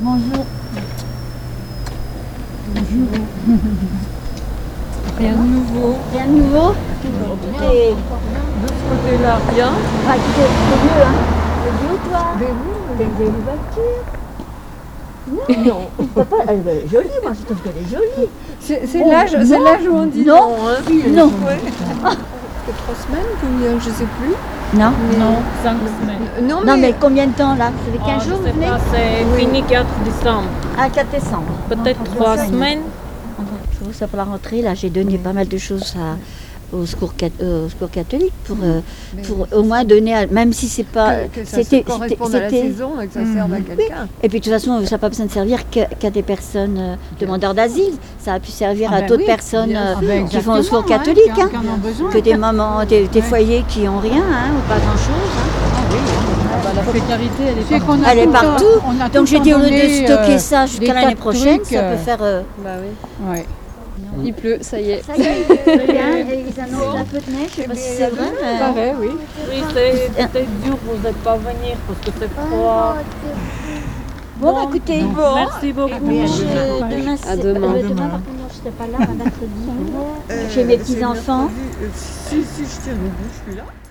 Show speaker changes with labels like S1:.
S1: Bonjour.
S2: Bonjour. Rien de nouveau.
S1: Rien de nouveau Et
S2: De ce côté-là, rien.
S1: bah, tu t'es trop vieux, hein T'es vieux, toi
S2: Mais oui,
S1: T'as une vieille voiture
S2: non.
S1: Papa, elle est jolie, moi, je trouve qu'elle est jolie.
S2: C'est c'est l'âge Oh, c'est
S1: non.
S2: l'âge où on dit
S1: Non.
S2: non. hein.
S1: Non.
S2: Ouais. Peut-être trois semaines, combien, euh, je sais plus.
S1: Non
S3: Non, 5 semaines.
S2: Non, mais,
S1: Non, mais combien de temps, là Ça fait
S3: Ah,
S1: 15 jours,
S3: je
S1: vous
S3: sais
S1: venez
S3: pas, c'est
S2: Oui.
S3: fini 4 décembre.
S1: À 4 décembre.
S3: Peut-être
S1: Non,
S3: 3
S1: trois
S3: semaines.
S1: Je trouve ça pour la rentrée, là, j'ai donné pas mal de choses à- au secours, cat- euh, au secours catholique pour, euh,
S2: mais
S1: pour au moins donner, à- même si c'est pas.
S2: que, euh, que ça se
S1: c'était-
S2: corresponde à la
S1: c'était- Mhm.
S2: saison et que ça serve à quelqu'un.
S1: Et puis de toute façon, ça n'a pas besoin de servir que- qu'à des personnes euh, demandeurs d'asile. Ça a pu servir à d'autres personnes euh, qui font au secours catholique. hein. que des mamans, des, des foyers qui ont rien hein, ou pas grand-chose.
S4: C'est qu'on a
S1: Elle est
S4: tout le temps-
S1: partout.
S4: on a
S1: hein.
S4: tout
S1: Donc
S4: le
S1: j'ai
S4: temps
S1: dit au lieu de
S4: donné,
S1: stocker
S4: euh,
S1: ça
S4: des
S1: jusqu'à
S4: tas
S1: l'année
S4: de
S1: prochaine,
S4: trucs,
S1: ça peut
S4: euh,
S1: faire... euh,
S3: Bah oui.
S4: ouais.
S3: Il pleut, ça y est.
S1: Ça y est, hein, et ils annoncent un peu de neige, je sais pas si Eh ben, c'est vrai. mais-
S4: Pareil, oui.
S3: Oui, c'est c'était dur, vous n'êtes pas venir parce que c'est froid.
S1: Bon, bah, écoutez,
S3: Merci beaucoup.
S1: moi, je- demain, c'est-
S3: À demain.
S1: euh, demain, par contre, non, je serai
S4: euh,
S1: pas là, mercredi. J'ai mes petits-enfants.
S2: Si, si, je tiens debout, je suis là.